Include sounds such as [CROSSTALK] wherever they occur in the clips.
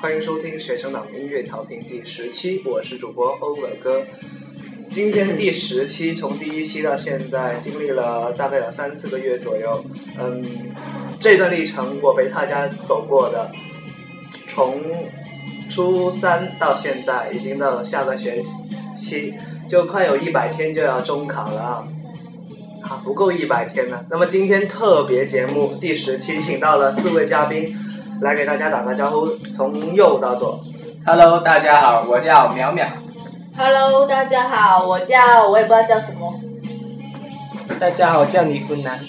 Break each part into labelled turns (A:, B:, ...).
A: 欢迎收听学生党音乐调频第十期，我是主播欧文哥。今天第十期，从第一期到现在，经历了大概有三四个月左右。嗯，这段历程我陪大家走过的，从初三到现在，已经到了下个学期，就快有一百天就要中考了啊。啊，不够一百天呢。那么今天特别节目第十期，请到了四位嘉宾，来给大家打个招呼，从右到左。
B: Hello，大家好，我叫淼淼。
C: Hello，大家好，我叫我也不知道叫什么，
D: 大家好，我叫李芬南。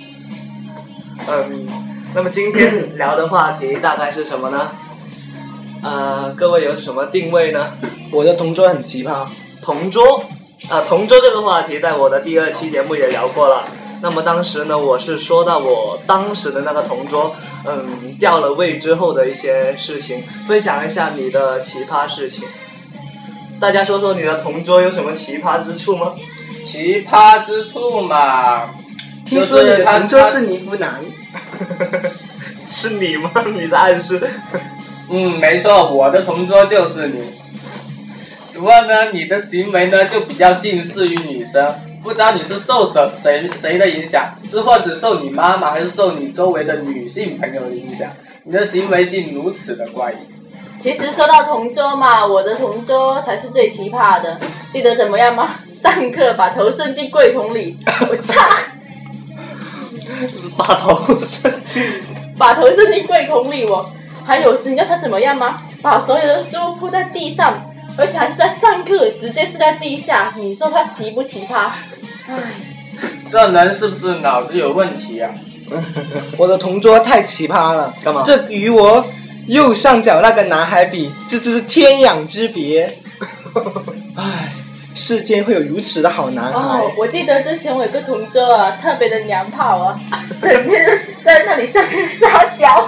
A: 嗯，那么今天聊的话题大概是什么呢？呃，各位有什么定位呢？
D: 我的同桌很奇葩，
A: 同桌啊，同桌这个话题在我的第二期节目也聊过了。那么当时呢，我是说到我当时的那个同桌，嗯，掉了位之后的一些事情，分享一下你的奇葩事情。大家说说你的同桌有什么奇葩之处吗？
B: 奇葩之处嘛，
D: 听说 [LAUGHS] 你
B: 就
D: 的
B: 他
D: 同桌是尼夫男，
A: [LAUGHS] 是你吗？你在暗示？ [LAUGHS]
B: 嗯，没错，我的同桌就是你。不过呢，你的行为呢就比较近似于女生，不知道你是受谁谁谁的影响，是或者受你妈妈还是受你周围的女性朋友的影响，你的行为竟如此的怪异。
C: 其实说到同桌嘛，我的同桌才是最奇葩的。记得怎么样吗？ [LAUGHS] 上课把头伸进柜桶里，我擦，
A: 把头伸进
C: 把头伸进柜桶里我。还有时，你知道他怎么样吗？把所有的书铺在地上，而且还是在上课，直接睡在地下。你说他奇不奇葩？
B: 这人是不是脑子有问题啊？
D: 我的同桌太奇葩了。
A: 干嘛
D: 这与我右上角那个男孩比，这真是天壤之别。唉，世间会有如此的好男孩。
C: 哦，我记得之前我有个同桌啊，特别的娘炮啊，整天就是在那里上面撒娇，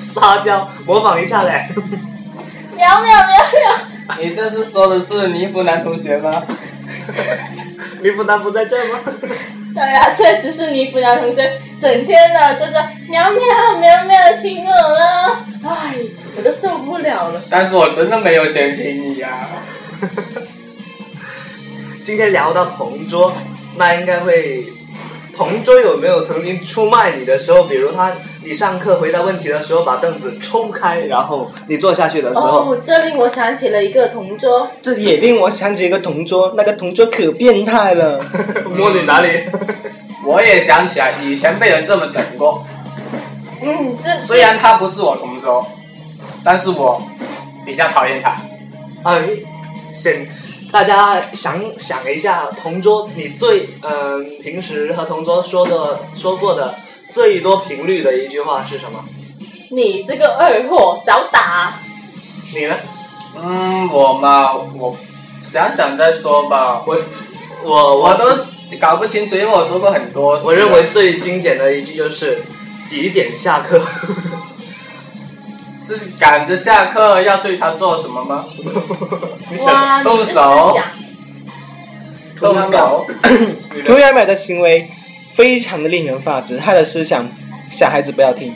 A: 撒娇，模仿一下 [LAUGHS] 嘞。
C: 喵喵喵喵。
B: 你这是说的是尼福男同学吗？
A: 李不丹不在这儿吗？ [LAUGHS]
C: 对啊，确实是尼姑娘同学，整天呢都在喵喵喵喵亲我了，哎，我都受不了了。
B: 但是我真的没有嫌弃你啊呀、
A: 今天聊到同桌，那应该会，同桌有没有曾经出卖你的时候？比如他，你上课回答问题的时候把凳子抽开，然后你坐下去的时候，
C: 哦，这令我想起了一个同桌，
D: 这也令我想起一个同桌，那个同桌可变态了。
A: 摸你哪里？
B: 我也想起来，以前被人这么整过。
C: 嗯，这
B: 虽然他不是我同桌，但是我比较讨厌他。
A: 哎，想大家想想一下，同桌你最嗯、平时和同桌说的说过的最多频率的一句话是什么？
C: 你这个二货找打，
A: 你呢？
B: 嗯，我嘛，我想想再说吧。
A: 我我
B: 我都搞不清楚，因为我说过很多。
A: 我认为最经典的一句就是几点下课？ [LAUGHS]
B: 是赶着下课要对他做什么吗？
A: 你想，
C: 哇，你这
B: 动
C: 思
B: 手
C: 想，
B: 动手。
A: 你
D: 涂
A: 的
D: 鸦买的行为非常的令人发指，他的思想小孩子不要听。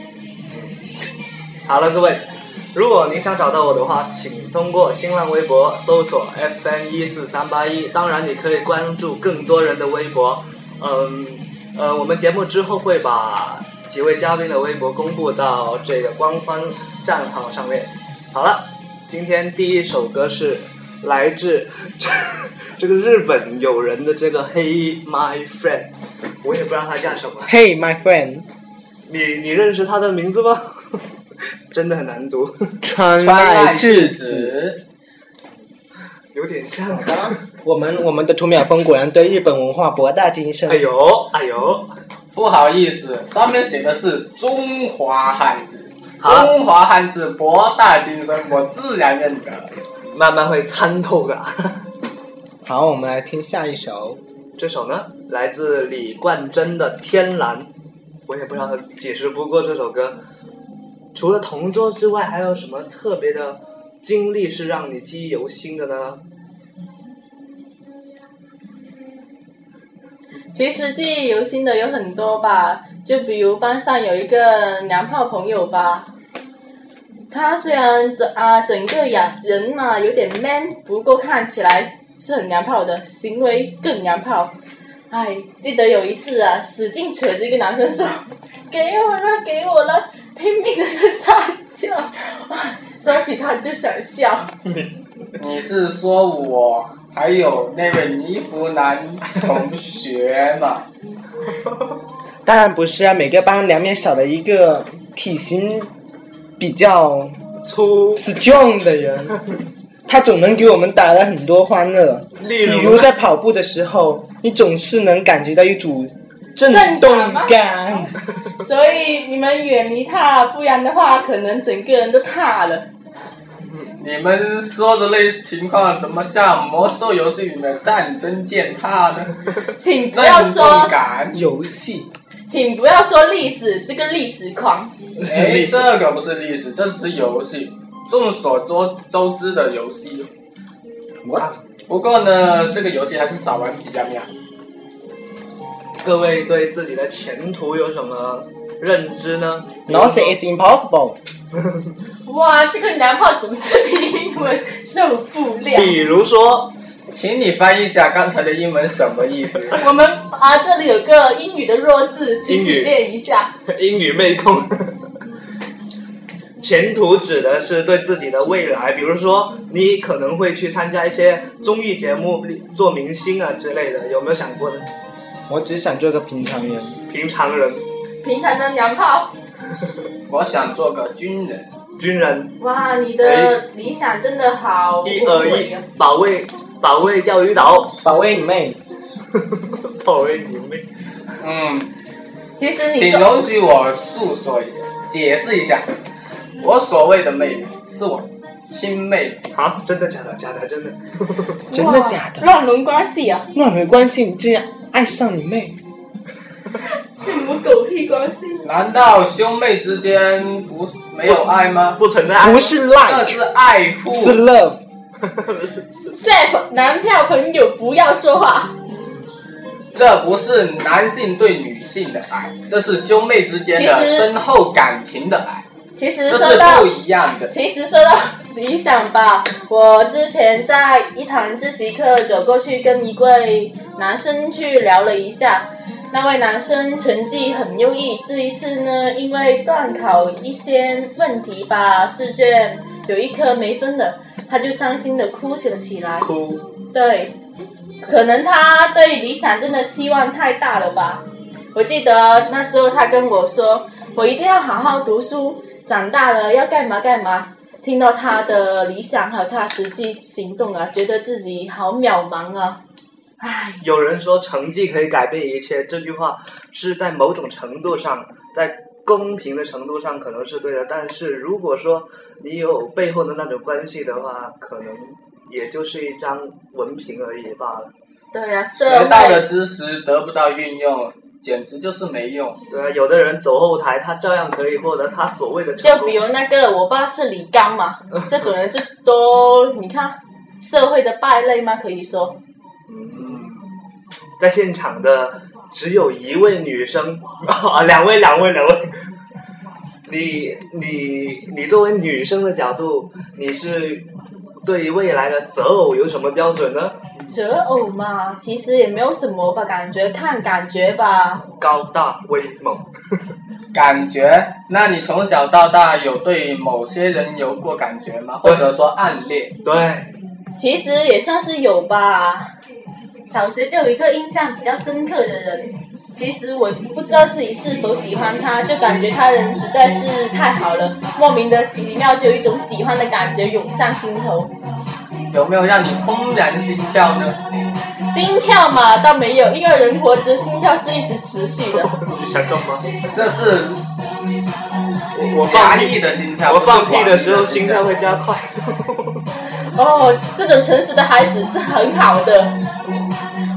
A: 好了，各位，如果您想找到我的话，请通过新浪微博搜索 FM 一四三八一，当然你可以关注更多人的微博。嗯，呃，我们节目之后会把几位嘉宾的微博公布到这个官方账号上面。好了，今天第一首歌是来自这个日本友人的这个《Hey My Friend》，我也不知道他叫什么。
D: Hey my friend，
A: 你你认识他的名字吗？ [LAUGHS] 真的很难读，
D: 川
B: 穿
D: 濑
B: 赖
D: 智
B: 智
D: 子。
B: 子，
A: 有点像。啊
D: 我们我们的涂秒风果然对日本文化博大精深。
A: 哎呦哎呦，
B: 不好意思，上面写的是中华汉字。
A: 好
B: 中华汉字博大精深，我自然认得。
A: 慢慢会参透的。 [LAUGHS]
D: 好，我们来听下一首。
A: 这首呢，来自李冠真的《天蓝》，我也不知道解释不过这首歌。除了同桌之外，还有什么特别的经历是让你记忆犹新的呢？
C: 其实记忆犹新的有很多吧，就比如班上有一个娘炮朋友吧，他虽然整啊整个人人嘛有点 man，不过看起来是很娘炮的，行为更娘炮。哎，记得有一次啊，使劲扯着一个男生手， [LAUGHS] 给我了，给我了，拼命的在撒娇， [LAUGHS] 哇，说起他就想笑。
B: [LAUGHS] 你是说我还有那位尼弗男同学嘛？
D: 当然不是啊，每个班难免少了一个体型比较
A: 粗，
D: strong 的人， [LAUGHS] 他总能给我们带来很多欢乐。
A: 例
D: 比如在跑步的时候，你总是能感觉到一股震动感。
C: 所以你们远离他，不然的话，可能整个人都塌了。
B: 你们说的类似情况怎么像魔兽游戏里面战争践踏呢？
C: 请不要
B: 震动
C: 说，
B: 感，
D: 游戏
C: 请不要说历史这个历史狂，
B: 哎，这个不是历史，这只是游戏。众所周周知的游戏，
D: ，what？
B: 不过呢，这个游戏还是少玩比较妙。
A: 各位对自己的前途有什么认知呢
D: Nothing is impossible。
C: 哇，这个男炮总是比英文受不了。
A: 比如说，
B: 请你翻译一下刚才的英文什么意思？
C: 我们啊，这里有个英语的弱智，请
A: 英语
C: 体谅一下。
A: [LAUGHS] 英语妹控。前途指的是对自己的未来，比如说你可能会去参加一些综艺节目，例做明星啊之类的，有没有想过呢？
D: 我只想做个平常人。
A: 平常人、
C: 平常的娘炮，
B: [LAUGHS] 我想做个军人。
A: 军人，
C: 哇，你的理想真的好
A: 一
C: 宏
A: 二
C: 伟
A: 一
C: 呀！，
A: 保卫保卫钓鱼岛， [LAUGHS]
D: 保卫你妹！
A: 保卫你妹。
B: 嗯，
C: 其实你
B: 请哦
C: 说，
B: 容许我诉说一下，解释一下，我所谓的魅力是我亲妹妹。
A: 啊，真的假的？假的，真的。 [LAUGHS]
D: 真的假的
C: 哇乱伦关系啊，
D: 那没关系，你竟然爱上你妹，
C: 是母狗屁关系。
B: 难道兄妹之间不没有爱吗？
A: 不存在爱
D: 不啊是
B: 这
D: like，
B: 是爱护。
D: 是 love。
C: Sap 男票朋友不要说话，
B: 这不是男性对女性的爱，这是兄妹之间
C: 其
B: 的
C: 实
B: 深厚感情的爱，
C: 其实
B: 这
C: 说
B: 是
C: 到
B: 不一样的。
C: 其实说到理想吧，我之前在一堂自习课走过去跟一位男生去聊了一下，那位男生成绩很优异，这一次呢，因为断考一些问题吧，试卷有一科没分了，他就伤心的哭起了起来。
A: 哭，
C: 对，可能他对理想真的期望太大了吧。我记得那时候他跟我说，我一定要好好读书，长大了要干嘛干嘛。听到他的理想和他实际行动啊，觉得自己好渺茫啊，唉，
A: 有人说成绩可以改变一切，这句话是在某种程度上，在公平的程度上可能是对的，但是如果说你有背后的那种关系的话，可能也就是一张文凭而已罢了。
C: 对啊，社
B: 学到的
C: 会
B: 知识得不到运用，简直就是没用。
A: 对啊，有的人走后台，他照样可以获得他所谓的成
C: 就
A: 功。
C: 比如那个我爸是李刚嘛，这种人就都你看社会的败类吗？可以说，
B: 嗯，
A: 在现场的只有一位女生， [LAUGHS] 啊，两位，两位，两位。你你你作为女生的角度，你是对于未来的择偶有什么标准呢？
C: 择偶嘛，其实也没有什么吧，感觉看感觉吧，
A: 高大威猛，
B: 感觉？那你从小到大有对某些人有过感觉吗？或者说暗恋？
A: 对， [LAUGHS]
C: 其实也算是有吧。小学就有一个印象比较深刻的人，其实我不知道自己是否喜欢他，就感觉他人实在是太好了，莫名的奇妙，就有一种喜欢的感觉涌上心头。
B: 有没有让你怦然心跳呢？
C: 心跳嘛倒没有，因为人活着心跳是一直持续的。
A: 你想干嘛？
B: 这是
A: 我我放
B: 压
A: 屁
B: 抑的心跳。
A: 我
B: 不是
A: 放屁的时候
B: 管理
A: 心跳会加快。 [LAUGHS]
C: 哦，这种诚实的孩子是很好的。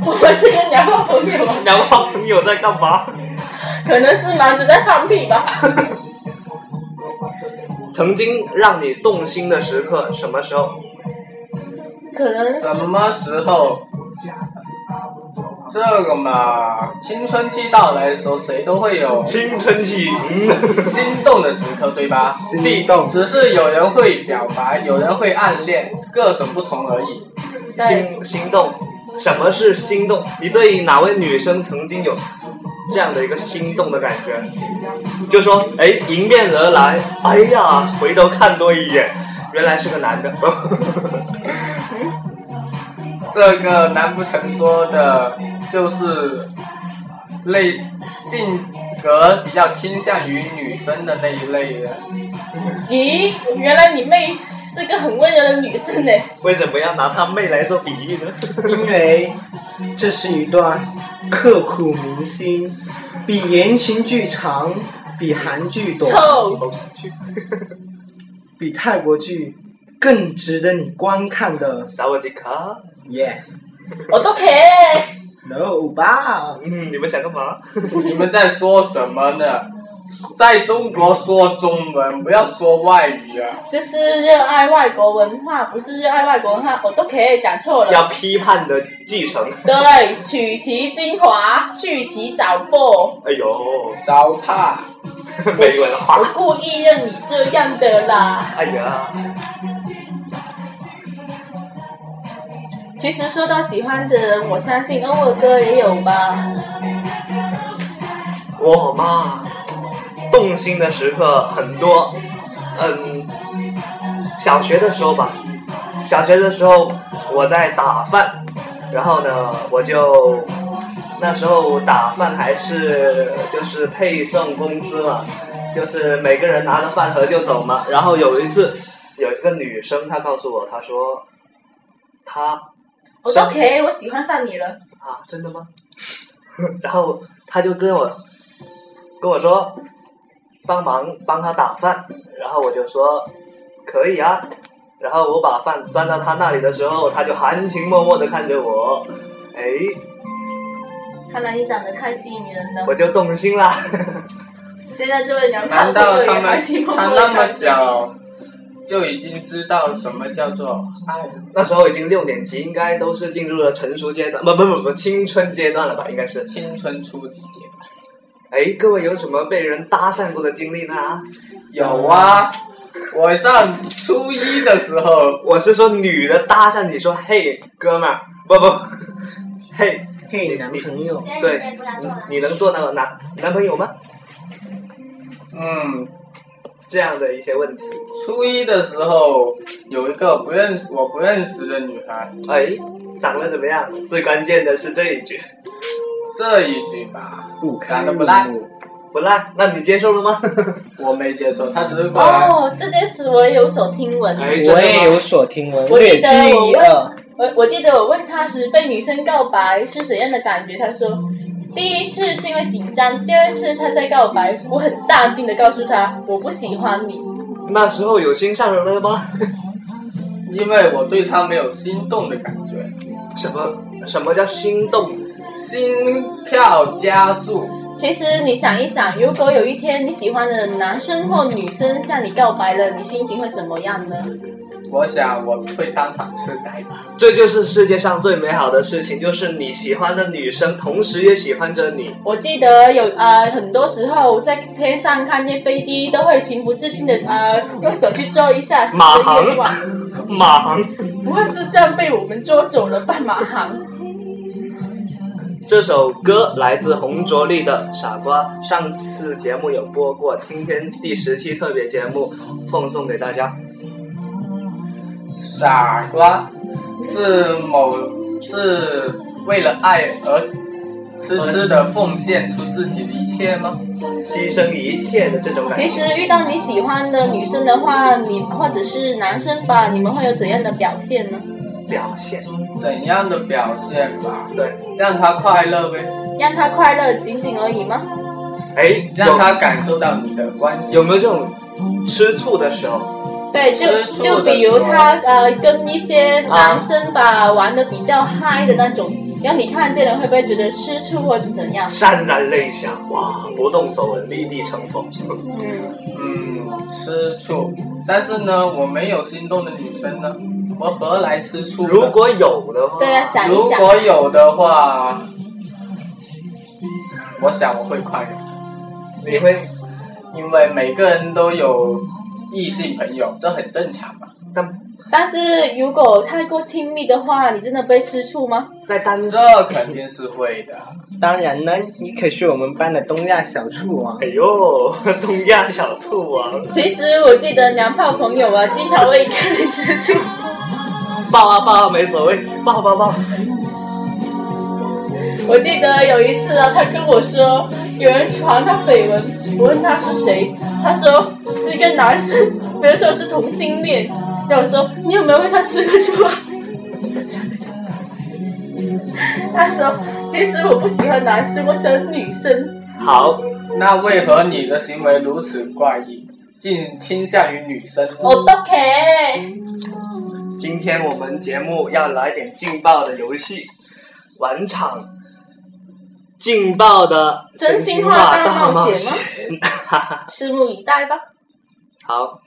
C: 我们这个娘炮朋友啊，
A: 两位朋友在干嘛？ [LAUGHS]
C: 可能是忙着在放屁吧。
A: 曾经让你动心的时刻，什么时候？
C: 可能是
B: 什么时候？这个嘛，青春期到来的时候，谁都会有
A: 青春期，
B: 心动的时刻，对吧？
D: 心动
B: 只是有人会表白，有人会暗恋，各种不同而已。
C: 对，
A: 心心动。什么是心动？你对哪位女生曾经有这样的一个心动的感觉？就说，哎，迎面而来，哎呀，回头看多一眼，原来是个男的。 [LAUGHS]
B: 这个难不成说的就是类性格比较倾向于女生的那一类人？
C: 咦，原来你妹是个很温柔的女生呢。
A: 为什么要拿他妹来做比喻呢？
D: 因为这是一段刻骨铭心，比言情剧长，比韩剧短，
C: 臭，
D: 比泰国剧更值得你观看的。
A: 萨瓦迪卡，
D: Yes,
C: 我都陪。
D: no, 吧。
A: 嗯，你们想干嘛？
B: [LAUGHS] 你们在说什么呢？在中国说中文，不要说外语啊！
C: 就是热爱外国文化，不是热爱外国文化，我都可以讲错
A: 要
C: 了。
A: 批判的继承。
C: 对，取其精华，去其糟粕。
A: 哎呦，
B: 糟蹋，
A: 没文
C: 我
A: 化。
C: 故意让你这样的啦。
A: 哎呀，
C: 其实说到喜欢的人，我相信欧文哥也有吧。
A: 我嘛，动心的时刻很多。嗯，小学的时候吧，小学的时候我在打饭，然后呢，我就那时候打饭还是就是配送公司嘛，就是每个人拿着饭盒就走嘛。然后有一次，有一个女生她告诉我，她说，她
C: 我都可以，我喜欢上你了。
A: 啊，真的吗？ [LAUGHS] 然后他就跟我跟我说，帮忙帮他打饭，然后我就说可以啊。然后我把饭端到他那里的时候，他就含情脉脉的看着我，哎，
C: 看来你长得太吸引人了。
A: 我就动心啦。 [LAUGHS]
C: 现在这位娘炮
B: 难道
C: 也
B: 他们
C: 含情脉
B: 他
C: 脉地
B: 那么
C: 看着你
B: 小就已经知道什么叫做爱了？
A: 那时候已经六年级，应该都是进入了成熟阶段，不不不不，青春阶段了吧？应该是。
B: 青春初级阶段？
A: 哎，各位有什么被人搭讪过的经历呢？
B: 有啊，我上初一的时候，
A: 我是说女的搭讪你说嘿哥们儿，不不，嘿
D: 嘿，男朋友，
A: 对，你你能做到男男朋友吗？
B: 嗯，
A: 这样的一些问题，
B: 初一的时候有一个不认识我不认识的女孩，
A: 哎，长得怎么样？最关键的是这一句，
B: 这一句吧，
D: 不
B: 长得不赖
A: 不赖，那你接受了吗？ [LAUGHS]
B: 我没接受，她只是过来。
C: 哦，这件事我也有所听闻。
A: 哎真的吗
D: 我也有所听闻，
C: 我记
D: 略知
C: 得
D: 一二。
C: 我我记得我问他时被女生告白是怎样的感觉，他说，第一次是因为紧张，第二次他在告白，我很淡定的告诉他我不喜欢你。
A: 那时候有心上人了吗？ [LAUGHS]
B: 因为我对他没有心动的感觉，
A: 什么什么叫心动？
B: 心跳加速，
C: 其实你想一想，如果有一天你喜欢的男生或女生向你告白了，你心情会怎么样呢？
B: 我想我会当场痴呆吧。
A: 这就是世界上最美好的事情，就是你喜欢的女生，同时也喜欢着你。
C: 我记得有呃，很多时候在天上看见飞机，都会情不自禁的呃，用手去抓一下，是
A: 马
C: 不是愿
A: 航
C: 望
A: 马航，
C: 不会是这样被我们捉走了吧？马航。
A: 这首歌来自洪卓立的《傻瓜》，上次节目有播过，今天第十期特别节目奉送给大家。
B: 傻瓜，是某是为了爱而痴痴的奉献出自己的一切吗？
A: 牺牲一切的这种感
C: 其
A: 觉。
C: 实遇到你喜欢的女生的话，你或者是男生吧，你们会有怎样的表现呢？
A: 表现
B: 怎样的表现法
A: 对，
B: 让他快乐呗，
C: 让她快乐，仅仅而已吗？
A: 哎，
B: 让他感受到你的关心。
A: 有有没有这种吃醋的时候？
C: 对，就
B: 吃醋的
C: 就比如她呃跟一些男生吧、玩的比较嗨的那种，然后你看见了会不会觉得吃醋或者怎样？
A: 潸然泪下，哇，不动手文，立地成佛。
C: 嗯，
B: 嗯，吃醋。但是呢，我没有心动的女生呢，我何来吃醋呢？
A: 如果有的话，
C: 对啊，想一
B: 如
C: 想，
B: 果有的话，我想我会宽容，
A: 你会，
B: 因为每个人都有异性朋友，这很正常嘛。
C: 但是如果太过亲密的话，你真的被吃醋吗？
A: 在单
B: 这肯定是会的。
D: 当然呢，你可是我们班的东亚小醋王
A: 哎。呦，东亚小醋王，
C: 其实我记得娘炮朋友啊，经常会跟你吃醋。
A: 抱啊抱啊没所谓，抱抱抱。
C: 我记得有一次啊，他跟我说有人传他绯闻，我问他是谁，他说是一个男生，别人说是同性恋，然后我说你有没有为他吃过醋啊？他说其实我不喜欢男生，我喜欢女生。
A: 好，
B: 那为何你的行为如此怪异，竟倾向于女生呢？
C: 我不 care。
A: 今天我们节目要来点劲爆的游戏，玩场劲爆的
C: 真心
A: 心
C: 话大
A: 大
C: 冒
A: 冒
C: 险吗
A: 险。哈哈。
C: 拭目以待吧。
A: 好，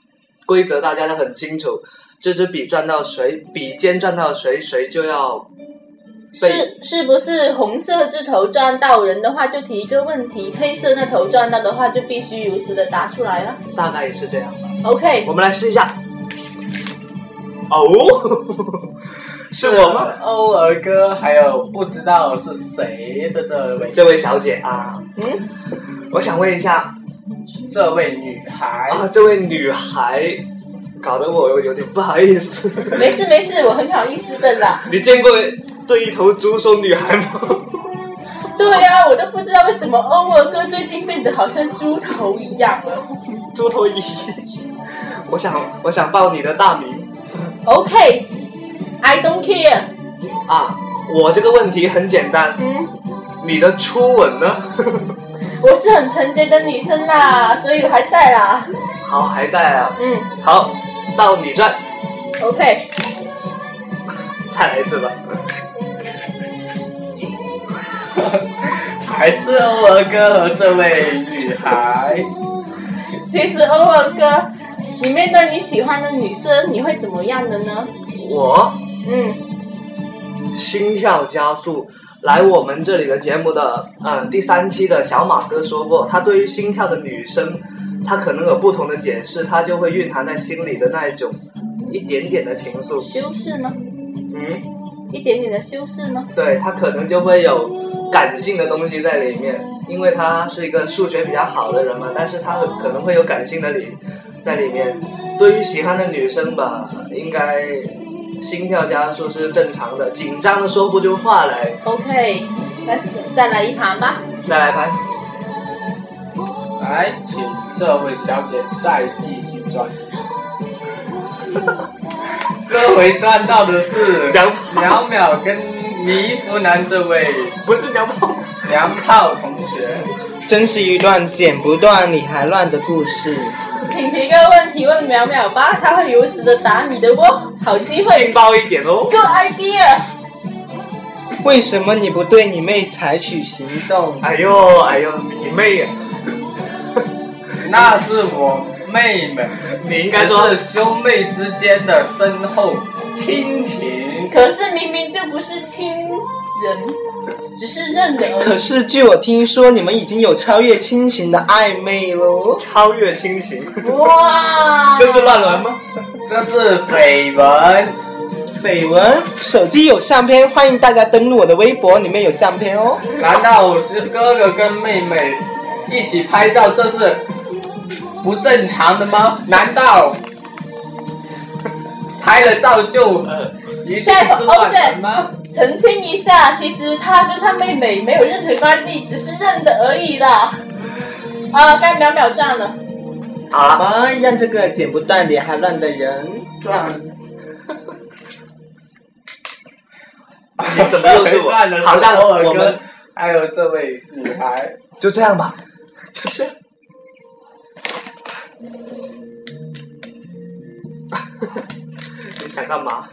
A: 规则大家都很清楚，这支笔转到谁，笔尖转到谁，谁就要被
C: 是是不是红色这头撞到人的话，就提一个问题；黑色那头撞到的话，就必须如实的答出来了。
A: 大概是这样。
C: OK，
A: 我们来试一下。哦， [LAUGHS] 是我吗？
B: 欧儿哥，还有不知道是谁的这位
A: 这位小姐啊，
C: 嗯，
A: 我想问一下
B: 这位女孩，
A: 啊，这位女孩，搞得我有点不好意思。 [LAUGHS]
C: 没事没事，我很好意思的啦。
A: 你见过对一头猪说女孩吗？ [LAUGHS]
C: 对呀、我都不知道为什么欧文哥最近变得好像猪头一样了。
A: 猪头一， [LAUGHS] 我想我想报你的大名。
C: OK，I、don't care。
A: 啊，我这个问题很简单，
C: 嗯，
A: 你的初吻呢？
C: 我是很纯洁的女生啦，所以我还在啦。
A: 好，还在啊。
C: 嗯
A: 好，到你转，
C: ，OK，
A: 再来一次吧。
B: 还是欧儿哥和这位女孩？
C: 其实欧文哥，你面对你喜欢的女生，你会怎么样的呢？
A: 我
C: 嗯，
A: 心跳加速。来我们这里的节目的，嗯，第三期的小马哥说过，他对于心跳的女生，他可能有不同的解释，他就会蕴含在心里的那一种一点点的情愫。
C: 修饰吗？
A: 嗯，
C: 一点点的修饰吗？
A: 对他可能就会有感性的东西在里面，因为他是一个数学比较好的人嘛，但是他可能会有感性的理在里面。对于喜欢的女生吧，应该心跳加速是正常的，紧张的说不出话来。
C: OK，那再来一盘吧。
A: 再来拍。
B: 来，请这位小姐再继续转。 [LAUGHS] 这回转到的是
A: 两
B: 淼淼跟迷湖南这位
A: 不是娘炮，
B: 娘炮同学。
D: 真是一段剪不断理还乱的故事。
C: 请提个问题问淼淼吧，他会如实的答你的哦。好机
A: 劲
C: 会
A: 爆一点哦。
C: ，Good idea。
D: 为什么你不对你妹采取行动？
A: 哎呦哎呦，你妹呀！
B: 那是我妹妹，
A: 你应该说
B: 是兄妹之间的深厚亲情。
C: 可是明明就不是亲人，只是认人而
D: 可
C: 已。
D: 是据我听说，你们已经有超越亲情的暧昧喽。
A: 超越亲情，
C: 哇，
A: 这是乱伦吗？
B: 这是绯闻，
D: 绯闻，手机有相片，欢迎大家登录我的微博，里面有相片哦。
B: 难道是哥哥跟妹妹一起拍照，这是不正常的吗？难道拍了照就
A: 呃
B: 一定是乱伦吗？
C: 澄清一下，其实他跟他妹妹没有任何关系，只是认的而已啦。啊，该淼淼站了。
A: 好
D: 好
A: 了，
D: 吧，让这个剪不断理还乱的人转。
A: 你怎么又 [LAUGHS] 是
B: 转的
A: 我？
B: 是
A: 好像
B: 偶尔
A: 我们
B: 跟还有这位女孩，
A: 就这样吧，就这样。你想干嘛？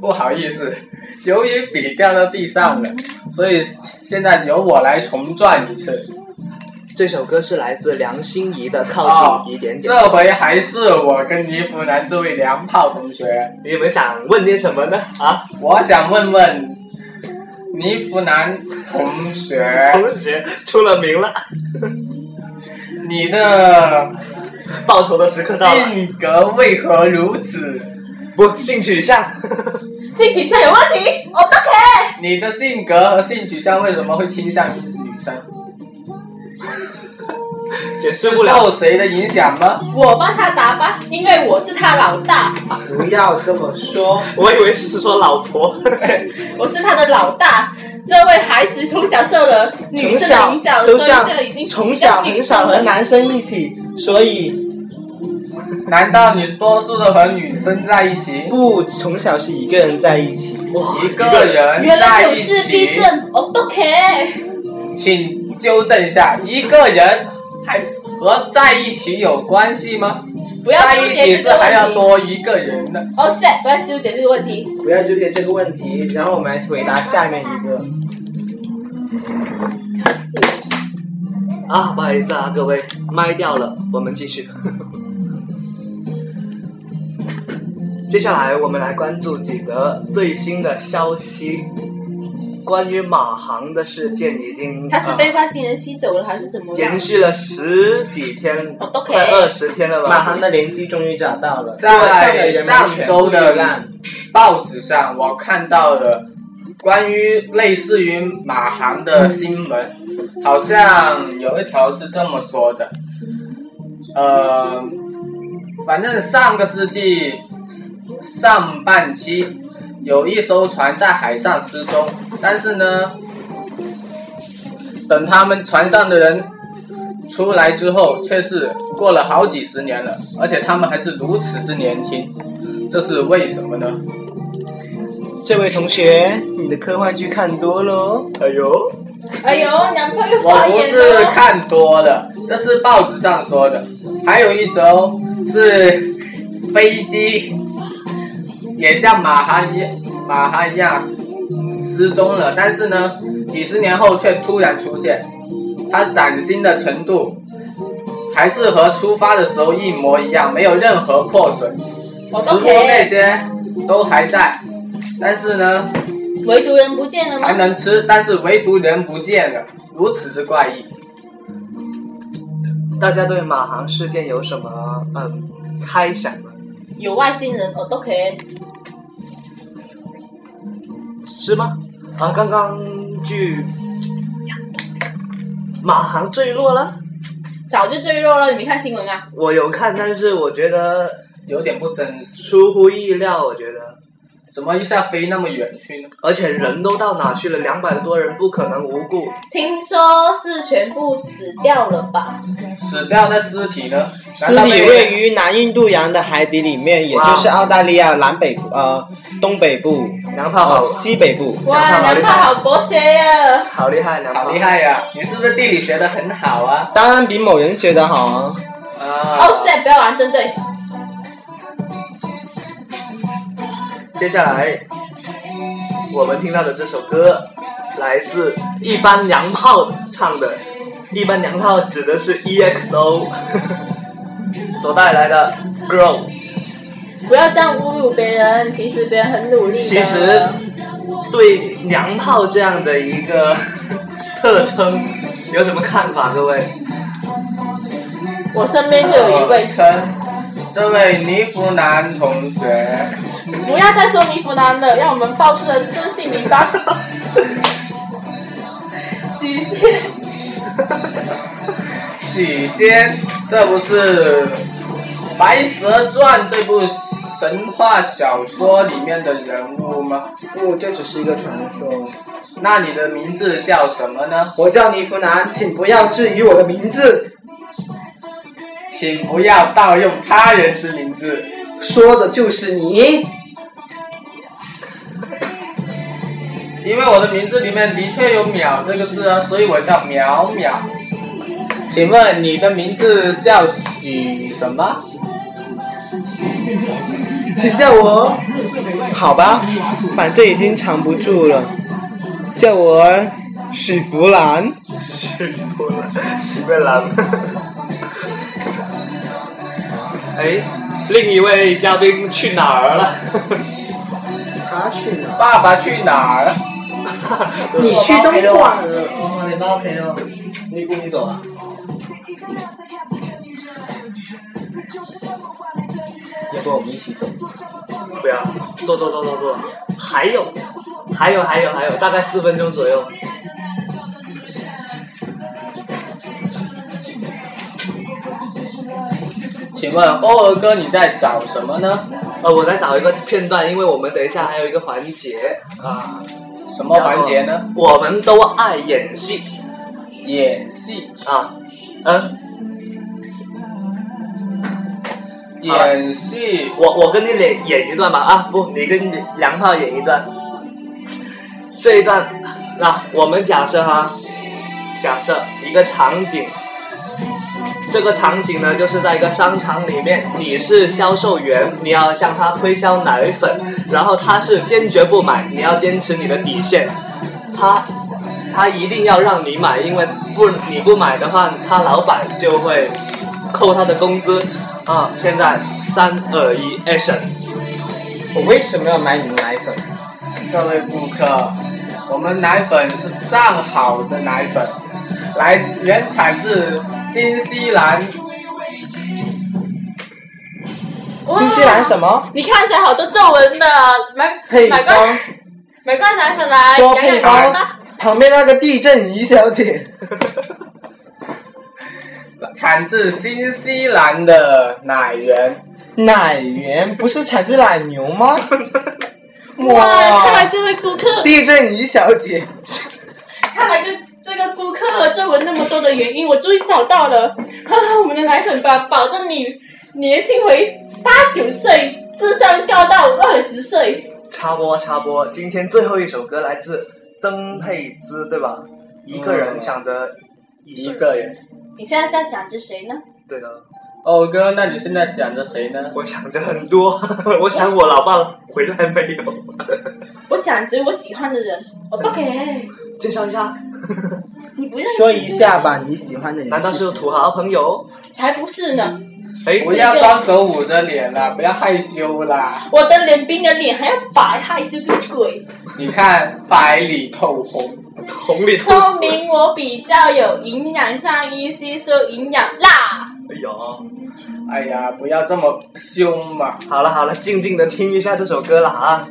B: 不好意思，由于笔掉到地上了，所以现在由我来重转一次。
A: 这首歌是来自梁心颐的《
C: 哦
A: 靠近一点点》。
B: 这回还是我跟倪福南这位娘炮同学，
A: 你们想问点什么呢？啊，
B: 我想问问倪福南同学，
A: 同学出了名了，
B: 你的
A: 报仇的时刻到了。
B: 性格为何如此？
A: 不，性取向，
C: 性取向有问题，哦我都可以。
B: 你的性格和性取向为什么会倾向于女生？
A: 解释
B: 是
A: 不了。
B: 受谁的影响吗？
C: 我帮他答吧，因为我是他老大，
E: 不要这么说，
A: 我以为是说老婆， [LAUGHS]
C: 我是他的老大。这位孩子从小受了女生的
D: 从小
C: 影响，
D: 都
C: 所以
D: 像
C: 这已经是
D: 从
C: 一个
D: 小
C: 女
D: 很少
C: 生
D: 和
C: 了
D: 男生一起，所以
B: 难道你多数的和女生在一起，
D: 不从小是一个人在一起。
B: 一个人
C: 原来
B: 在
C: 有
B: 一
C: 自闭
B: 起？
C: 症，哦我不可以。
B: 请纠正一下，一个人还和在一起有关系吗？
C: 不要
B: 在
C: 纠
B: 一
C: 结
B: 起
C: 这
B: 是
C: 个
B: 还要
C: 问题。
B: 多一个人的。
C: 哦，是，不要纠结这个问题。
E: 不要纠结这个问题。
D: 然后我们来回答下面一个，
A: 啊，不好意思啊，各位，麦掉了，我们继续。 [LAUGHS] 接下来我们来关注几则最新的消息。关于马航的事件已经
C: 他是
A: 呃
C: 被外星人吸走了还是怎么样
A: 延？续了十几天，
C: 我都可以
A: 快二十天了吧？
D: 马航的联机终于找到了，
B: 在
D: 人
B: 上周的
D: 烂，
B: 报纸上，我看到了关于类似于马航的新闻，好像有一条是这么说的，呃，反正上个世纪上半期有一艘船在海上失踪，但是呢，等他们船上的人出来之后，却是过了好几十年了，而且他们还是如此之年轻，这是为什么呢？
D: 这位同学，你的科幻剧看多哦喽？
A: 哎呦，
C: 哎呦，男朋友
B: 我
C: 发
B: 不
C: 言
B: 是
C: 了。
B: 看多了，这是报纸上说的。还有一周是飞机也像马哈一马哈一样失踪了，但是呢，几十年后却突然出现，它崭新的程度还是和出发的时候一模一样，没有任何破损，
C: 我
B: 食
C: 都
B: 物
C: 可以
B: 那些都还在，但是呢，
C: 唯独人不见了
B: 还
C: 吗？
B: 能吃，但是唯独人不见了，如此之怪异。
A: 大家对马航事件有什么嗯猜想吗？
C: 有外星人，哦我都可以。
A: 是吗？啊，刚刚据马航坠落了，
C: 早就坠落了，你没看新闻啊？
A: 我有看，但是我觉得
B: 有点不真实，
A: 出乎意料，我觉得，
B: 怎么一下飞那么远去呢？
A: 而且人都到哪去了？两百多人不可能无故，
C: 听说是全部死掉了吧？
B: 死掉的尸体呢？
D: 嗯尸体位于南印度洋的海底里面，也就是澳大利亚南北部呃东北部、
A: 娘炮好
D: 呃，西北部。
C: 哇，
A: 两炮
C: 男炮
A: 好
C: 好啊博学呀！
A: 好厉害，娘炮
B: 好厉，害呀、你是不是地理学的很好啊？
D: 当然比某人学得好啊！
B: 啊
C: 哦，塞，不要玩针对。
A: 接下来我们听到的这首歌来自一般娘炮唱的，一般娘炮指的是 EXO [LAUGHS] 所带来的 Girl。
C: 不要这样侮辱别人，其实别人很努力的。
A: 其实对娘炮这样的一个 [LAUGHS] 特称有什么看法，各位？
C: 我身边就有一位，
B: 称这位尼福南同学，
C: 不要再说尼弗南了，让我们报出的真姓名 [LAUGHS] 吧。许仙，
B: 许仙，这不是《白蛇传》这部神话小说里面的人物吗？
D: 不，这只是一个传说。
B: 那你的名字叫什么呢？
D: 我叫尼福南，请不要质疑我的名字，
B: 请不要盗用他人之名字。
D: 说的就是你。
B: 因为我的名字里面的确有“淼”这个字啊，所以我叫淼淼。请问你的名字叫许什么？
D: 请叫我，好吧，反正已经藏不住了，叫我许福兰。
A: 许多了， [LAUGHS] 许贝兰。哎，另一位嘉宾去哪儿了？
D: 他去哪？
B: 爸爸去哪儿？ [LAUGHS]
E: 你去东莞了，
F: 哦，你包陪我，
E: 你不你走啊？
D: 要不我们一起走？
A: 不要，啊坐坐坐坐坐，还有，还有还有还有，大概四分钟左右。
B: 请问欧儿哥你在找什么呢？
A: 呃，我再找一个片段，因为我们等一下还有一个环节啊。
B: 什么环节呢？？
A: 我们都爱演戏
B: 演戏，
A: 啊，嗯，
B: 演戏，
A: 我我跟你演演一段吧啊，不，你跟梁炮演一段。这一段，那、我们假设哈，假设一个场景，这个场景呢就是在一个商场里面，你是销售员，你要向他推销奶粉，然后他是坚决不买，你要坚持你的底线，他他一定要让你买，因为不你不买的话，他老板就会扣他的工资啊。现在三二一，action！
D: 我为什么要买你的奶粉？
B: 这位顾客，我们奶粉是上好的奶粉，来原产自新西兰。
C: 哇
D: 新西兰什么？
C: 你看起来好多皱纹的，买
D: 配
C: 买
D: 方
C: 罐买罐奶粉来
D: 说
C: 养
D: 配
C: 养奶吧。
D: 方，旁边那个地震仪小姐，
B: 产自新西兰的奶源，
D: 奶源不是产自奶牛吗？
C: 哇，看来
D: 哇，
C: 这位顾客，
D: 地震仪小姐，
C: 看来这这个顾客皱纹那么多的原因，我终于找到了。啊，我们的奶粉吧，保证你年轻回八九岁，智商高到二十岁。
A: 插播插播，今天最后一首歌来自曾沛之，对吧？一个人想着
B: 嗯一个人。
C: 你现在在想着谁呢？
A: 对的，
B: 哦哥，那你现在想着谁呢？
A: 我想着很多， [LAUGHS] 我想我老爸回来没有？
C: 我想着我喜欢的人，我不给，
A: 介绍一
B: [LAUGHS]
A: 下，
C: 你不认识。
D: 说一下吧，你喜欢的人。
A: 难道是土豪朋友？
C: 才不是呢！
A: 哎，
B: 不要双手捂着脸啦，不要害羞啦。
C: 我的脸比你的脸还要白，害羞个鬼！
B: 你看，白里透红。
A: 红里
C: 说明我比较有营养，上医吸收营养啦。
A: 哎呦，
B: 哎呀，不要这么凶嘛！
A: 好了好了，静静的听一下这首歌了啊。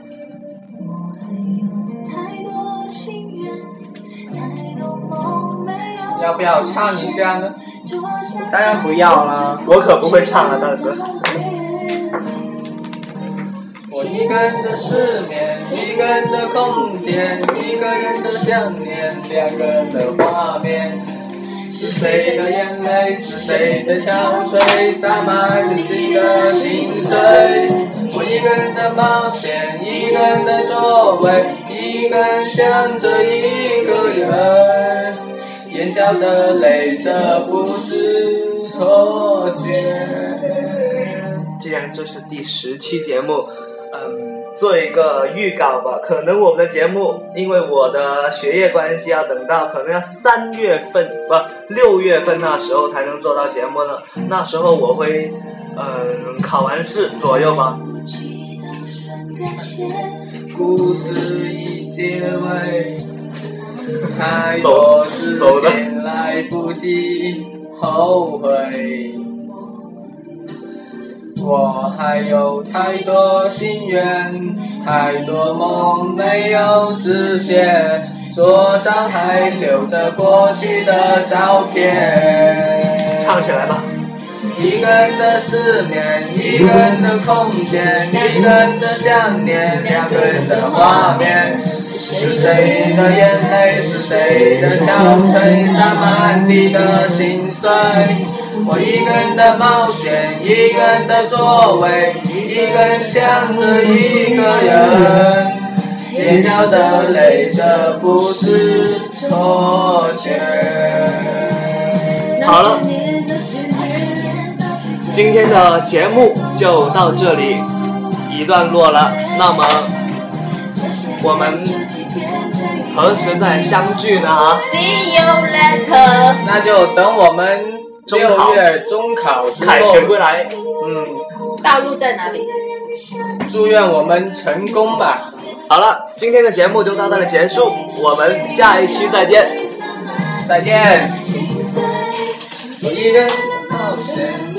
G: 太多心愿，太多梦没有。
B: 要不要唱一下呢？
G: 当然不要啦，
A: 我可不会唱啊大哥。
B: 我一个人的失眠，一个人的空间，一个人的想念，两个人的画面。是谁的眼泪，是谁的憔悴，洒满了谁的心碎？我一个人的冒险，一个人的座位，一个人想着一个人，眼角的泪，这不是错觉。
A: 既然这是第十期节目，嗯，做一个预告吧。可能我们的节目，因为我的学业关系，要等到可能要三月份不六月份那时候才能做到节目了。那时候我会，嗯，考完试左右吧。
B: 故事已结尾，太多事情来不及后悔。我还有太多心愿，太多梦没有实现，桌上还留着过去的照片。
A: 唱起来吧，
B: 一个人的失眠，一个人的空间，一个人的想念，两个人的画面。是谁的眼泪，是谁的憔悴，洒满地的心碎。我一个人的冒险，一个人的座位，一个人想着一个人。眼角的泪，这不是错觉。
A: 好了，今天的节目就到这里一段落了。那么我们何时再相聚呢？啊，
C: See you later。
B: 那就等我们
A: 中考
B: 六月中考之
A: 凯
B: 后，
A: 旋归来，
B: 嗯，
C: 大陆在哪里？
B: 祝愿我们成功吧。
A: 好了，今天的节目就到这里结束，我们下一期再见。
B: 再见。
G: 心碎。
A: 嗯
B: 我一个人冒险。